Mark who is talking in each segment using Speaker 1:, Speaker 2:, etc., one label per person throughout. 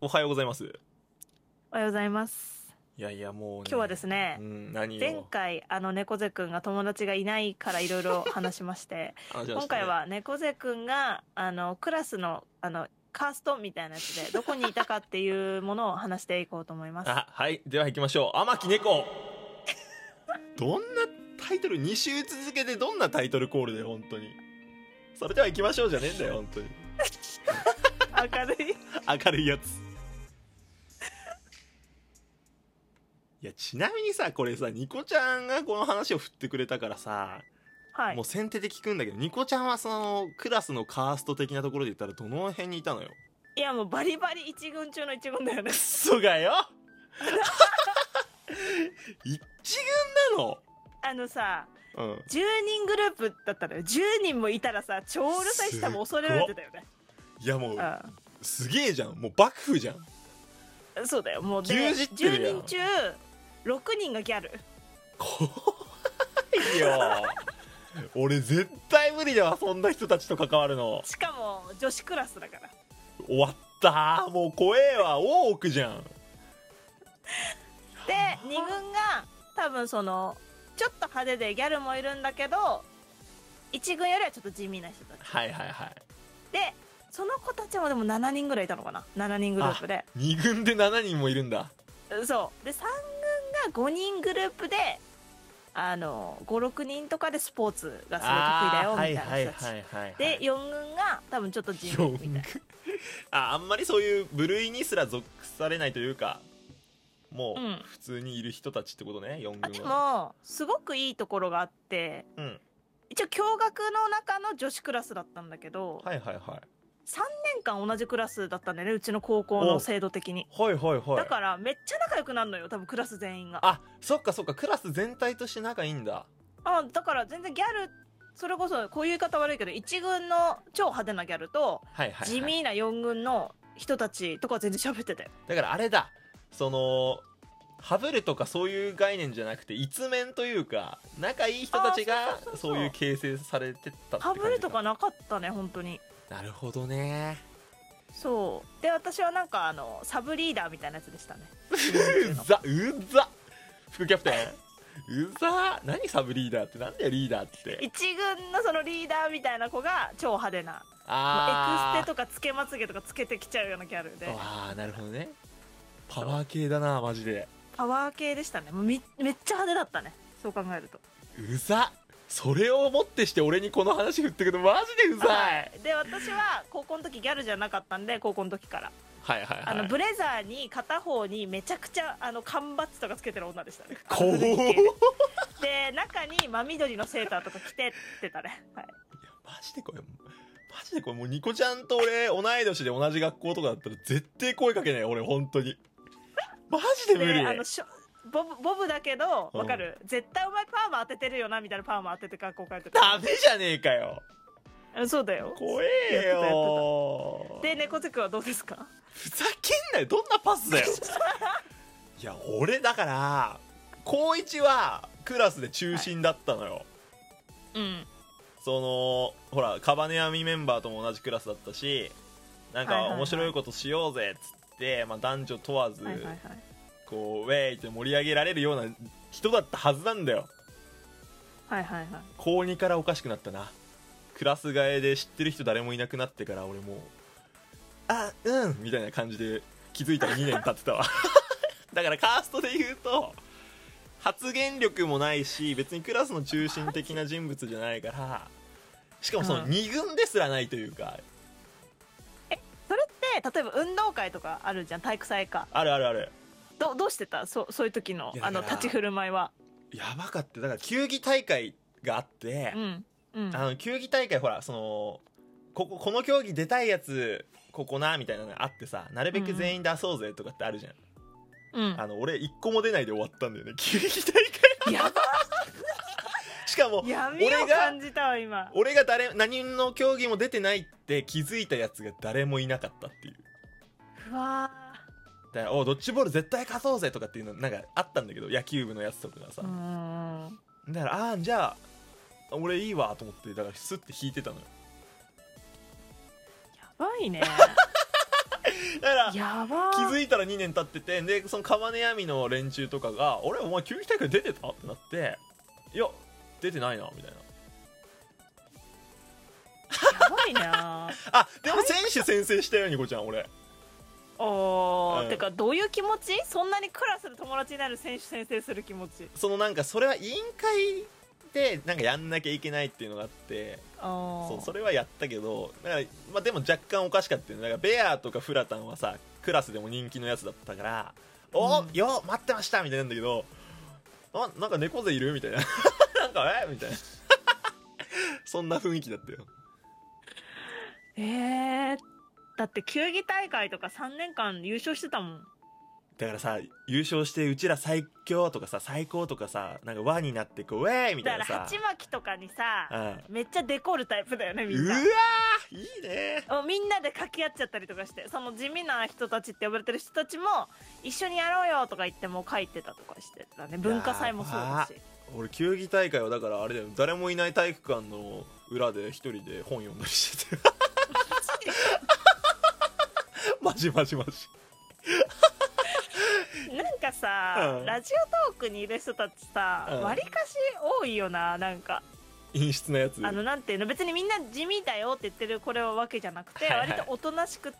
Speaker 1: おはようございます。い
Speaker 2: おはようございます。
Speaker 1: やいやもう、ね、
Speaker 2: 今日はですね
Speaker 1: うん、何を
Speaker 2: 前回あの猫背くんが友達がいないからいろいろ話しまして
Speaker 1: 話しま
Speaker 2: 今
Speaker 1: したね
Speaker 2: 回は猫背くんがあのクラスのあのカーストみたいなやつでどこにいたかっていうものを話していこうと思います。
Speaker 1: あはいでは行きましょう天木猫 どんなタイトル2週続けてどんなタイトルコールで本当にそれでは行きましょうじゃねえんだよ本当に
Speaker 2: 明る い
Speaker 1: 明るいやついやちなみにさこれさニコちゃんがこの話を振ってくれたからさ、
Speaker 2: はい
Speaker 1: もう先手で聞くんだけどニコちゃんはそのクラスのカースト的なところで言ったらどの辺にいたのよ
Speaker 2: いやもうバリバリ一軍中の一軍だよね
Speaker 1: クソが よ一軍なの
Speaker 2: あのさ
Speaker 1: うん
Speaker 2: 10人グループだったのよ10人もいたらさ超うるさいし多分恐れられてたよね
Speaker 1: いやもうすげえじゃんもう幕府じゃん
Speaker 2: うんそうだよもうで
Speaker 1: 牛耳ってるやん
Speaker 2: 10人中6人がギャル
Speaker 1: 怖いよ 俺絶対無理だわそんな人たちと関わるの
Speaker 2: しかも女子クラスだから
Speaker 1: 終わったもう怖えわ大奥じゃん
Speaker 2: で2軍が多分そのちょっと派手でギャルもいるんだけど1軍よりはちょっと地味な人たち
Speaker 1: はいはいはい
Speaker 2: でその子たちもでも7人ぐらいいたのかな7人グループで
Speaker 1: 2軍で7人もいるんだ
Speaker 2: そうで3軍が5人グループであの56人とかでスポーツがすごい得意だよみたいな人たち、
Speaker 1: いはい
Speaker 2: で4軍が多分ちょっと地味みたいな
Speaker 1: ああんまりそういう部類にすら属されないというかも
Speaker 2: う
Speaker 1: うん普通にいる人たちってことね4軍は
Speaker 2: あでもすごくいいところがあって
Speaker 1: うん
Speaker 2: 一応共学の中の女子クラスだったんだけど、
Speaker 1: はいはいはい
Speaker 2: 3年間同じクラスだったんだよねうちの高校の制度的に
Speaker 1: はいはいはい
Speaker 2: だからめっちゃ仲良くなるのよ多分クラス全員があ
Speaker 1: あそっかそっかクラス全体として仲いいんだ
Speaker 2: だから全然ギャルそれこそこういう言い方悪いけど1軍の超派手なギャルと
Speaker 1: はいはい、はい、
Speaker 2: 地味な4軍の人たちとか全然喋ってたよ
Speaker 1: だからあれだそのハブるとかそういう概念じゃなくて一面というか仲いい人たちが
Speaker 2: あそうそうそうそう
Speaker 1: そういう形成されてったって
Speaker 2: か
Speaker 1: 感じ
Speaker 2: ぶるとかなかったね本当に
Speaker 1: なるほどね
Speaker 2: そうで私はなんかあのサブリーダーみたいなやつで したね
Speaker 1: うざうざ副キャプテンうざ何サブリーダーってなんだよリーダーって
Speaker 2: 1軍のそのリーダーみたいな子が超派手なもうエクステ
Speaker 1: あ
Speaker 2: とかつけまつげとかつけてきちゃうようなギャルで
Speaker 1: ーあーなるほどねパワー系だなマジで
Speaker 2: パワー系でしたねもうみめっちゃ派手だったねそう考えると
Speaker 1: うざそれをもってして俺にこの話振ってくるのマジでうざい
Speaker 2: いで私は高校の時ギャルじゃなかったんで高校の時から
Speaker 1: はいはい
Speaker 2: あ
Speaker 1: は
Speaker 2: の
Speaker 1: い
Speaker 2: ブレザーに片方にめちゃくちゃあの缶バッジとかつけてる女でしたね
Speaker 1: こう
Speaker 2: 古着
Speaker 1: い
Speaker 2: 系
Speaker 1: や
Speaker 2: で中に真緑のセーターとか着てってたね、はい、
Speaker 1: マジでこれマジでこれもうニコちゃんと俺同い年で同じ学校とかだったら絶対声かけない俺本当にマジで無理
Speaker 2: であのしょボブボブだけど
Speaker 1: うん
Speaker 2: わかる、絶対お前パーマ当ててるよなみたいなパーマ当てて学校帰って
Speaker 1: ダ
Speaker 2: た
Speaker 1: メじゃねえかよ
Speaker 2: うんそうだよ
Speaker 1: 怖えよ
Speaker 2: で猫背くんはどうですか
Speaker 1: ふざけんなよどんなパス だよいや俺だから高1はクラスで中心だったのよ、
Speaker 2: うん
Speaker 1: そのほらカバネアミメンバーとも同じクラスだったしなん
Speaker 2: はい
Speaker 1: か
Speaker 2: はいはい
Speaker 1: 面白いことしようぜっつって、まあ、男女問わず、
Speaker 2: はいはいはい
Speaker 1: こうウェイって盛り上げられるような人だったはずなんだよ
Speaker 2: はいはいはい
Speaker 1: 高2からおかしくなったなクラス替えで知ってる人誰もいなくなってから俺もうあうんみたいな感じで気づいたら2年経って たわだからカーストで言うと発言力もないし別にクラスの中心的な人物じゃないからしかもその
Speaker 2: うん
Speaker 1: 2軍ですらないというか、
Speaker 2: それって例えば運動会とかあるじゃん体育祭か
Speaker 1: あるあるある
Speaker 2: どどうしてたそそういう時の
Speaker 1: いや
Speaker 2: あの
Speaker 1: だから
Speaker 2: 立ち振る舞いは
Speaker 1: やばかっただから球技大会があって、
Speaker 2: うんうん
Speaker 1: あの球技大会ほらそのこここの競技出たいやつここなみたいなのがあってさなるべく全員出そうぜとかってあるじゃん、
Speaker 2: うん
Speaker 1: あの俺一個も出ないで終わったんだよね球技大会
Speaker 2: や
Speaker 1: しかも
Speaker 2: ば闇を
Speaker 1: 俺が
Speaker 2: 感じたわ今
Speaker 1: 俺が誰何の競技も出てないって気づいたやつが誰もいなかったっていう
Speaker 2: うわ
Speaker 1: だからおドッジボール絶対勝そうぜとかっていうのなんかあったんだけど野球部のやつとかがさ
Speaker 2: ーう、ーん
Speaker 1: だからああーじゃあ俺いいわと思ってだからスッて引いてたのよ
Speaker 2: やばいね
Speaker 1: だから
Speaker 2: やばー
Speaker 1: 気づいたら2年経っててでその釜根闇の連中とかが「俺お前球技大会出てた?」ってなって「いや出てないな」みたいな
Speaker 2: やばい な
Speaker 1: あでも選手宣誓したよニコちゃん俺
Speaker 2: ーおー、
Speaker 1: うん
Speaker 2: てかどういう気持ちそんなにクラスで友達になる選手先生する気持ち
Speaker 1: そのなんかそれは委員会でなんかやんなきゃいけないっていうのがあって
Speaker 2: あ
Speaker 1: そうそれはやったけどだから、まあ、でも若干おかしかったよねだからベアとかフラタンはさクラスでも人気のやつだったから「お、
Speaker 2: うん
Speaker 1: よ待ってました!」みたいなんだけど「あなんか猫背いる?」みたいな 「なんかえみたいな そんな雰囲気だったよ
Speaker 2: えー、だって球技大会とか3年間優勝してたもん
Speaker 1: だからさ優勝してうちら最強とかさ最高とかさなんか輪になってこう「ウェーイ!」みた
Speaker 2: だ
Speaker 1: い
Speaker 2: から
Speaker 1: なさ
Speaker 2: 鉢巻きとかにさ
Speaker 1: うん
Speaker 2: めっちゃデコるタイプだよねみん
Speaker 1: うわ
Speaker 2: な
Speaker 1: ーいいね
Speaker 2: もうみんなで掛け合っちゃったりとかしてその地味な人たちって呼ばれてる人たちも一緒にやろうよとか言ってもう書いてたとかしてたね文化祭もそうだ し
Speaker 1: 俺球技大会はだからあれだよ誰もいない体育館の裏で一人で本読んだりして てマジマジマジ
Speaker 2: なんかさ、
Speaker 1: うん
Speaker 2: ラジオトークにいる人たちさ
Speaker 1: うん
Speaker 2: わり、かし多いよななんか
Speaker 1: 陰湿なやつ
Speaker 2: あのなんていうの別にみんな地味だよって言ってるこれはわけじゃなくて、
Speaker 1: はいはい
Speaker 2: 割とおとなしくて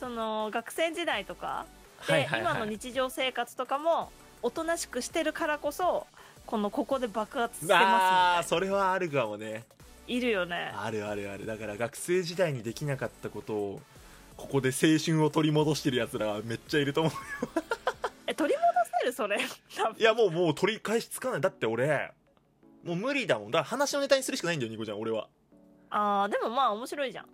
Speaker 2: その学生時代とかで、
Speaker 1: はいはいはい
Speaker 2: 今の日常生活とかもおとなしくしてるからこそこのここで爆発してま
Speaker 1: あ
Speaker 2: すみた
Speaker 1: あ
Speaker 2: いな
Speaker 1: それはあるかもね
Speaker 2: いるよね
Speaker 1: あるあるあるだから学生時代にできなかったことをここで青春を取り戻してるやつらはめっちゃいると思う
Speaker 2: え取り戻せる それ多分
Speaker 1: いやもうもう取り返しつかないだって俺もう無理だもんだから話のネタにするしかないんだよニコちゃん俺は
Speaker 2: あーでもまあ面白いじゃん
Speaker 1: い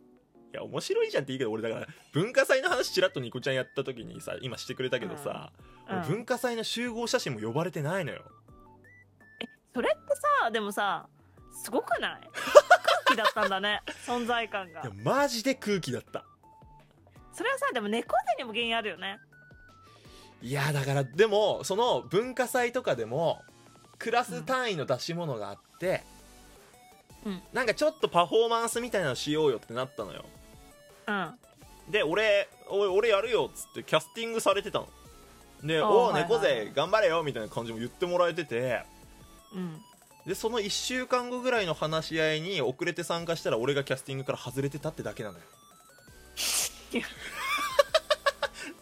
Speaker 1: や面白いじゃんっていいけど俺だから文化祭の話ちらっとニコちゃんやった時にさ今してくれたけどさ、
Speaker 2: うん
Speaker 1: 俺文化祭の集合写真も呼ばれてないのよ
Speaker 2: それってさでもさすご くない空気だったんだね存在感が
Speaker 1: いやマジで空気だった
Speaker 2: それはさでも猫背にも原因あるよね
Speaker 1: いやだからでもその文化祭とかでもクラス単位の出し物があって、
Speaker 2: うん
Speaker 1: なんかちょっとパフォーマンスみたいなのしようよってなったのよ
Speaker 2: うん
Speaker 1: で俺おい俺やるよっつってキャスティングされてたので「
Speaker 2: あー
Speaker 1: おお
Speaker 2: はいはい
Speaker 1: 猫背頑張れよ」みたいな感じも言ってもらえてて
Speaker 2: うん
Speaker 1: でその1週間後ぐらいの話し合いに遅れて参加したら俺がキャスティングから外れてたってだけなのよ
Speaker 2: いや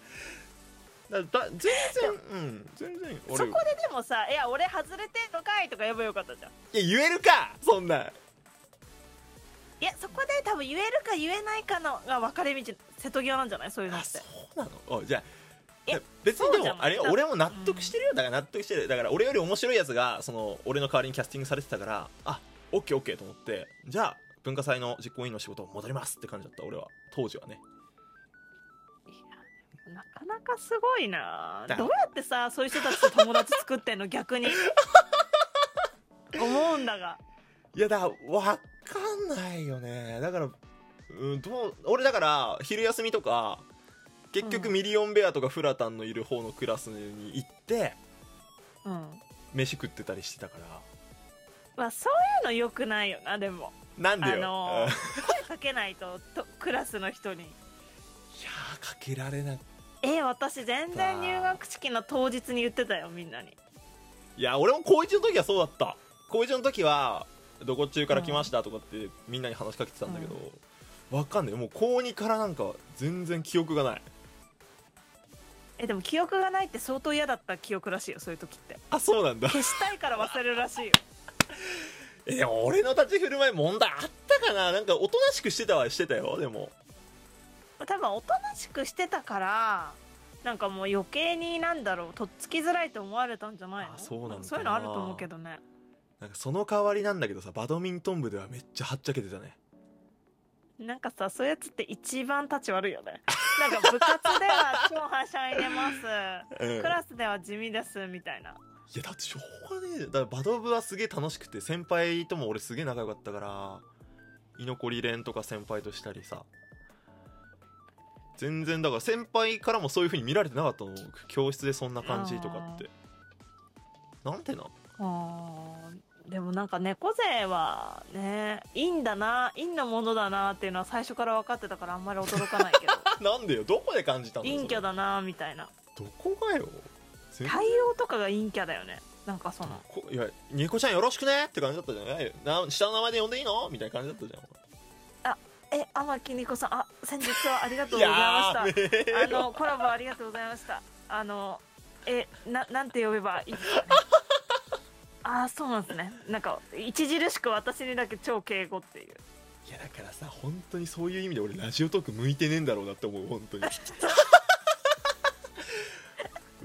Speaker 1: だだ全然うん全然
Speaker 2: そこ
Speaker 1: 俺
Speaker 2: ででもさ「いや俺外れてんのかい」とか言えばよかったじゃん
Speaker 1: いや言えるかそんなん
Speaker 2: いやそこで多分言えるか言えないかのが分かれ道瀬戸際なんじゃないそういうの
Speaker 1: あ
Speaker 2: って
Speaker 1: そうなのおいじゃあ
Speaker 2: え
Speaker 1: いや別にで
Speaker 2: そうじゃ
Speaker 1: も
Speaker 2: な
Speaker 1: あ
Speaker 2: い
Speaker 1: れよ
Speaker 2: だ
Speaker 1: 俺も納得してるよだから納得してるだから俺より面白いやつがその俺の代わりにキャスティングされてたからあオッケーオッケーと思ってじゃあ文化祭の実行委員の仕事戻りますって感じだった俺は当時はね
Speaker 2: いやなかなかすごいな
Speaker 1: だ
Speaker 2: どうやってさそういう人たちと友達作ってんの逆に思うんだが
Speaker 1: いやだからわかんないよねだから、うん、どう俺だから昼休みとか結局
Speaker 2: うん
Speaker 1: ミリオンベアとかフラタンのいる方のクラスに行って
Speaker 2: うん
Speaker 1: 飯食ってたりしてたから
Speaker 2: まあそういうの良くないよなでも
Speaker 1: なんでよ、
Speaker 2: あのー
Speaker 1: い
Speaker 2: 声かけないととクラスの人に
Speaker 1: やーかけられない
Speaker 2: 「え私全然入学式の当日に言ってたよみんなに
Speaker 1: いや俺も高1の時はそうだった高1の時はどこ中から来ましたとかってみんなに話しかけてたんだけど、わかんないもう高2からなんか全然記憶がない」
Speaker 2: えでも記憶がないって相当嫌だった記憶らしいよそういう時って
Speaker 1: あそう なんだ
Speaker 2: 消したいから忘れるらしいよ
Speaker 1: えでも俺の立ち振る舞い問題あったかななんかおとなしくしてたはしてたよでも
Speaker 2: 多分おとなしくしてたからなんかもう余計になんだろうとっつきづらいと思われたんじゃないの
Speaker 1: あそうなんだな
Speaker 2: そういうのあると思うけどね
Speaker 1: なんかその代わりなんだけどさバドミントン部ではめっちゃはっちゃけてたね
Speaker 2: なんかさそういうやつって一番立ち悪いよねなんか部活では超はしゃいでます
Speaker 1: うんい
Speaker 2: クラスでは地味ですみたいな
Speaker 1: やだってしょうがねえよだからバド部はすげえ楽しくて先輩とも俺すげえ仲良かったから居残り連とか先輩としたりさ全然だから先輩からもそういう風に見られてなかったの教室でそんな感じとかってなんでな
Speaker 2: あーでもなんか猫背はねいいんだないいんなものだなっていうのは最初から分かってたからあんまり驚かないけど
Speaker 1: あ なんでよどこで感じたの
Speaker 2: 陰キャだなみたいな
Speaker 1: それどこがよ全然
Speaker 2: 対応とかが陰キャだよねなんかその
Speaker 1: こいや「ニコちゃんよろしくね」って感じだったじゃないな下の名前で呼んでいいのみたいな感じだったじゃん
Speaker 2: え天木にこさんあ先日はありがとう
Speaker 1: い
Speaker 2: ございま
Speaker 1: や
Speaker 2: した
Speaker 1: ーめ
Speaker 2: あ
Speaker 1: ーよ
Speaker 2: のコラボありがとうございましたあのえななんて呼べばいいですかね ああそうなんですねなんか著しく私にだけ超敬語っていう
Speaker 1: いやだからさ本当にそういう意味で俺ラジオトーク向いてねえんだろうなって思う本当にウ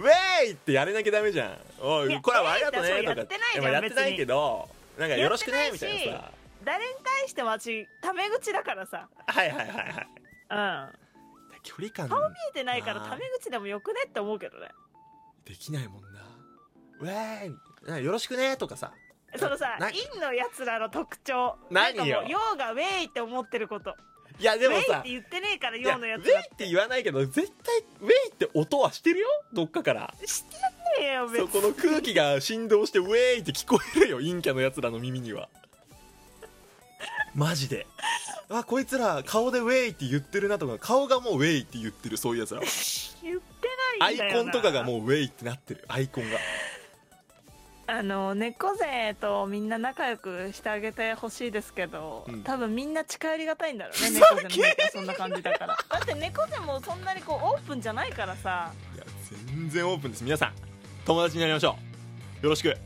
Speaker 1: ェーイってやれなきゃダメじゃんお
Speaker 2: い
Speaker 1: い
Speaker 2: や
Speaker 1: コラボありがとうね
Speaker 2: ウェーイ
Speaker 1: とか
Speaker 2: ってそう
Speaker 1: まあや
Speaker 2: やっ
Speaker 1: って
Speaker 2: ない
Speaker 1: て
Speaker 2: じゃん
Speaker 1: ないけどなんかよろしくね
Speaker 2: やっ
Speaker 1: み
Speaker 2: て
Speaker 1: た
Speaker 2: ないし
Speaker 1: いなさ
Speaker 2: 誰に対しても私タメ口だからさ
Speaker 1: はいはいはいはい
Speaker 2: うん
Speaker 1: 距離感
Speaker 2: 顔見えてないから
Speaker 1: あー
Speaker 2: タメ口でもよくねって思うけどね
Speaker 1: できないもんなウェーイなよろしくねとかさ
Speaker 2: そのさ
Speaker 1: な
Speaker 2: 陰のやつらの特徴
Speaker 1: 何よ
Speaker 2: なんかもう陽がウェイって思ってること
Speaker 1: いやで
Speaker 2: ウ
Speaker 1: も
Speaker 2: ェイっ
Speaker 1: さ
Speaker 2: て言ってねえから
Speaker 1: いや
Speaker 2: 陽
Speaker 1: ウ
Speaker 2: の
Speaker 1: ェイ
Speaker 2: や
Speaker 1: っ
Speaker 2: つら
Speaker 1: て言わないけど絶対ウェイって音はしてるよどっかから
Speaker 2: してねえよ 別
Speaker 1: そ
Speaker 2: に
Speaker 1: この空気が振動してウェーイって聞こえるよ 陰キャのやつらの耳にはマジ であこいつら顔でウェイって言ってるなとか顔がもうウェイって言ってるそういうやつらは
Speaker 2: 言ってな
Speaker 1: ア
Speaker 2: いん
Speaker 1: イ
Speaker 2: だよな
Speaker 1: コンとかがもうウェイってなってるアイコンが
Speaker 2: あの猫背とみんな仲良くしてあげてほしいですけど、
Speaker 1: うん
Speaker 2: 多分みんな近寄りがたいんだろう
Speaker 1: ふ
Speaker 2: ね
Speaker 1: ざけ
Speaker 2: 猫
Speaker 1: ん
Speaker 2: 背の人はそんな感じだからだって猫背もそんなにこうオープンじゃないからさ
Speaker 1: いや全然オープンです皆さん友達になりましょうよろしく